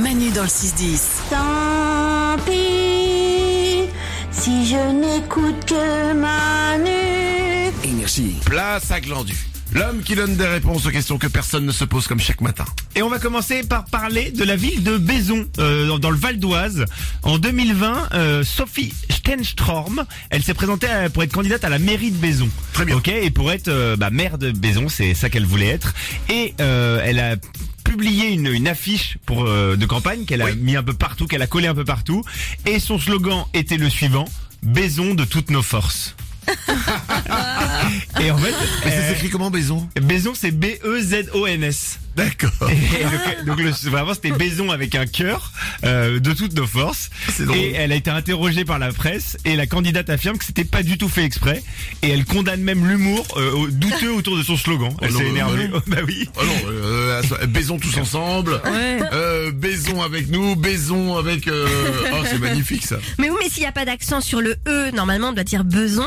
Manu dans le 6-10. Tant pis si je n'écoute que Manu. Énergie. Place à Glandu. L'homme qui donne des réponses aux questions que personne ne se pose comme chaque matin. Et on va commencer par parler de la ville de Bézon, euh, dans- dans le Val d'Oise. En 2020, euh, Sophie Steinstrom, elle s'est présentée à- pour être candidate à la mairie de Bézon. Très bien. Ok, et pour être euh, bah, maire de Bézon, c'est ça qu'elle voulait être. Et euh, elle a publié une, une affiche pour euh, de campagne qu'elle a mis un peu partout, qu'elle a collé un peu partout. Et son slogan était le suivant Bézon de toutes nos forces. et en fait, Mais euh, ça s'écrit comment Baison Bézon, c'est E B-E-Z-O-N-S. D'accord. Et donc, donc le- vraiment c'était Baison avec un cœur euh, de toutes nos forces. C'est drôle. Et elle a été interrogée par la presse et la candidate affirme que c'était pas du tout fait exprès et elle condamne même l'humour euh, au- douteux autour de son slogan. Elle non, s'est bah, énervée. bah bah oui. Alors, euh, euh, baisons tous ensemble. Euh, baisons avec nous, baisons avec... euh, Oh, c'est magnifique ça. Mais oui, mais s'il n'y a pas d'accent sur le E, normalement, on doit dire beson.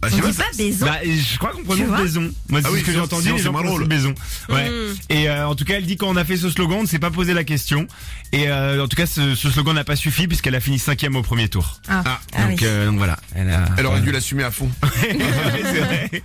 Ah, je On sais pas, dit ça- pas baison. Bah, je crois qu'on Tu prononce vois Baison. Moi, c'est Ah oui, ce que j'ai sinon- entendu. sinon, les c'est gens moins prononcent drôle. Baison. Ouais. Mm. Et euh, en tout cas, elle dit qu'on a fait ce slogan, on ne s'est pas posé la question. Et euh, en tout cas, ce, ce slogan n'a pas suffi puisqu'elle a fini cinquième au premier tour. Ah, Ah donc, oui. euh, donc voilà. Elle a. Elle aurait dû l'assumer à fond. Ouais, c'est vrai.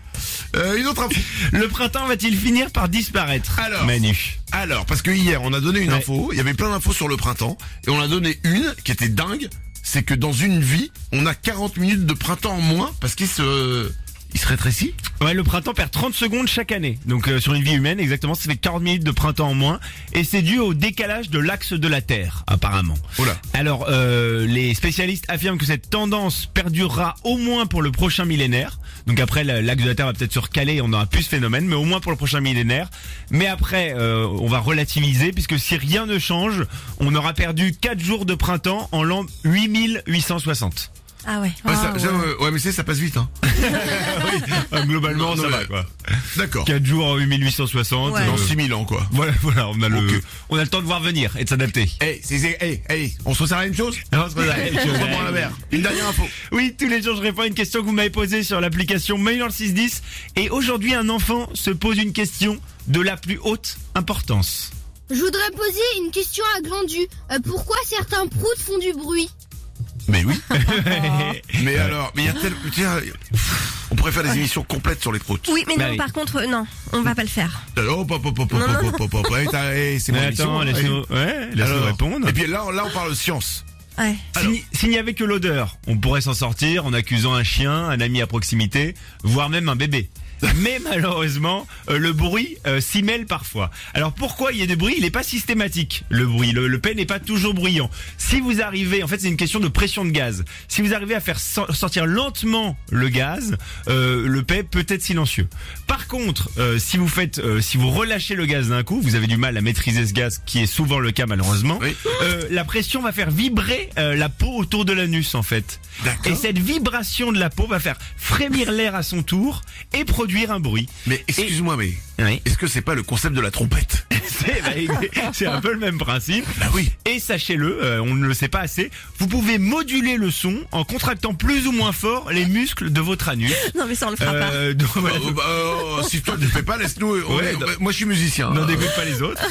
Euh, une autre info. Le printemps va-t-il finir par disparaître Alors. Manu. Alors, parce que hier, on a donné une Ouais. info, il y avait plein d'infos sur le printemps, et on a donné une qui était dingue, c'est que dans une vie, on a 40 minutes de printemps en moins, parce qu'il se... Il se rétrécit Ouais, le printemps perd 30 secondes chaque année. Donc euh, sur une vie humaine, exactement, ça fait 40 minutes de printemps en moins. Et c'est dû au décalage de l'axe de la Terre, apparemment. Oula. Alors, euh, les spécialistes affirment que cette tendance perdurera au moins pour le prochain millénaire. Donc après, la- l'axe de la Terre va peut-être se recaler, on n'aura plus ce phénomène, mais au moins pour le prochain millénaire. Mais après, euh, on va relativiser, puisque si rien ne change, on aura perdu 4 jours de printemps en l'an 8860. Ah ouais. Ouais, ça- Ah ça, ouais. euh, ouais, mais c'est ça passe vite. Hein. globalement, Ah, ça va, quoi. D'accord. 4 jours en 8860. Ouais. euh, Dans 6000 ans, quoi. Voilà, voilà, on a le, Ok. on a le temps de voir venir et de s'adapter. Eh, c'est, c'est- eh, eh, on se sert à la même chose On va prendre la mer. Une dernière info. Oui, tous les jours, je réponds à une question que vous m'avez posée sur l'application Mail dans le 610. Et aujourd'hui, un enfant se pose une question de la plus haute importance. Je voudrais poser une question à Glandu. Euh, pourquoi certains proutes font du bruit Mais oui. mais alors, mais il y a tel- tiens, on pourrait faire des émissions complètes sur les croûtes. Oui, mais Bah non, oui. par contre, euh, non, on va pas le faire. Hop, hop, hop, hop, hop, hop, hop, hop. Eh, t'as- eh, c'est mon Mais émission. attends, Eh. laisse-nous ouais, laisse-nous Alors. répondre. Et puis là, on- là, on parle de science. Ouais. S'il n'y- S'il n'y avait que l'odeur, on pourrait s'en sortir en accusant un chien, un ami à proximité, voire même un bébé. Mais malheureusement, euh, le bruit euh, s'y mêle parfois. Alors pourquoi il y a des bruits Il n'est pas systématique, le bruit. Le, le paix n'est pas toujours bruyant. Si vous arrivez, en fait c'est une question de pression de gaz. Si vous arrivez à faire so- sortir lentement le gaz, euh, le paix peut être silencieux. Par contre, euh, si vous faites, euh, si vous relâchez le gaz d'un coup, vous avez du mal à maîtriser ce gaz, qui est souvent le cas malheureusement. Oui. Euh, la pression va faire vibrer euh, la peau autour de l'anus en fait. D'accord. Et cette vibration de la peau va faire frémir l'air à son tour et produire un bruit. Mais excuse-moi, mais Oui. est-ce que c'est pas le concept de la trompette C'est bah, c'est un peu le même principe. Bah oui. Et sachez-le, euh, on ne le sait pas assez, vous pouvez moduler le son en contractant plus ou moins fort les muscles de votre anus. Non, mais ça, on le fera pas. Euh, donc, voilà, Oh, bah, oh, si toi tu le fais pas, laisse-nous. on Ouais, est- non. bah, moi, je suis musicien. N'en dégoûte pas les autres.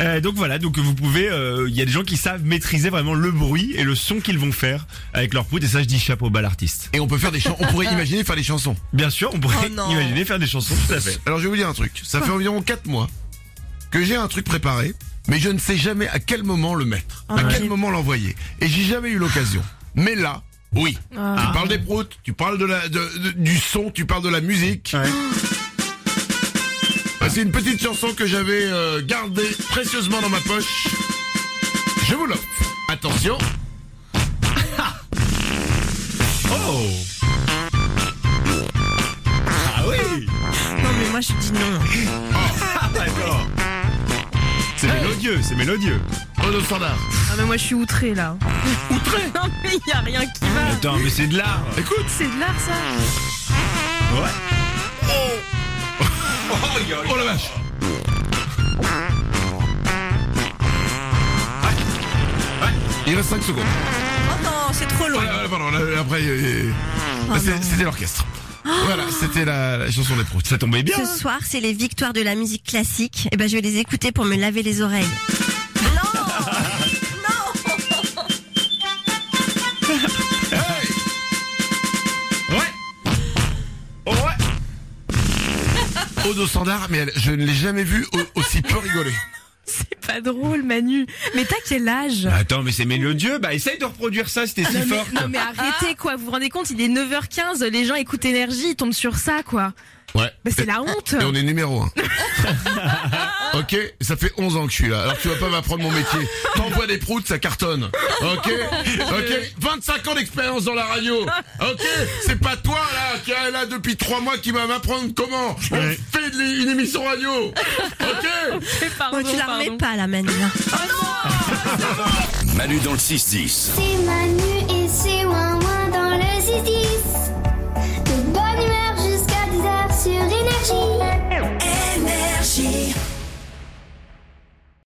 Euh, donc voilà, donc vous pouvez, euh, il y a des gens qui savent maîtriser vraiment le bruit et le son qu'ils vont faire avec leur poudre. Et ça, je dis chapeau bas l'artiste. Et on peut faire des chansons. On pourrait imaginer faire des chansons. Bien sûr, on pourrait Oh non. imaginer faire des chansons. Tout à fait. Alors je vais vous dire un truc, ça fait environ 4 mois que j'ai un truc préparé, mais je ne sais jamais à quel moment le mettre, à Ouais. quel moment l'envoyer. Et j'ai jamais eu l'occasion. Mais là, oui. Tu parles des proutes, tu parles de la, de- de- du son, tu parles de la musique. Ouais. Bah, C'est une petite chanson que j'avais euh, gardée précieusement dans ma poche. Je vous l'offre. Attention. Oh. Ah oui. Ah, Non, mais moi, je dis non. D'accord. C'est mélodieux, c'est mélodieux. Renaud Standard. Ah, mais moi, je suis outré là. Outré Non, mais il n'y a rien qui va. Attends, mais c'est de l'art. Écoute. C'est de l'art, ça. Ouais. Oh la vache. Ouais. Ouais. Il reste 5 secondes. Oh non, c'est trop long. Ah, ah, pardon, là, là, après, euh, Oh c'est- c'était l'orchestre. Voilà, c'était la, la chanson des proutes. Ça tombait bien. Ce soir, c'est les Eh victoires de la musique classique. Et ben, je vais les écouter pour me laver les oreilles. Non au standard, mais elle- je ne l'ai jamais vue au- aussi peu rigoler. C'est pas drôle, Manu. Mais t'as quel âge Attends, mais c'est mélodieux. Bah, essaye de reproduire ça si t'es Ah, si forte. Non, mais arrêtez, quoi. Vous vous rendez compte, il est 9h15, les gens écoutent énergie, ils tombent sur ça, quoi. Ouais. Mais c'est Et- la honte. Et on est numéro 1. ok, ça fait 11 ans que je suis là. Alors tu vas pas m'apprendre mon métier. T'envoies des proutes, ça cartonne. Ok, ok. 25 ans d'expérience dans la radio. Ok, c'est pas toi là qui est là depuis 3 mois qui va m'apprendre comment on fait de l'é- une émission radio. Ok. Ah Pardon, tu la remets pardon. pas, hein. la manie. Manu dans le 6-10. C'est Manu et c'est Wawa dans le 6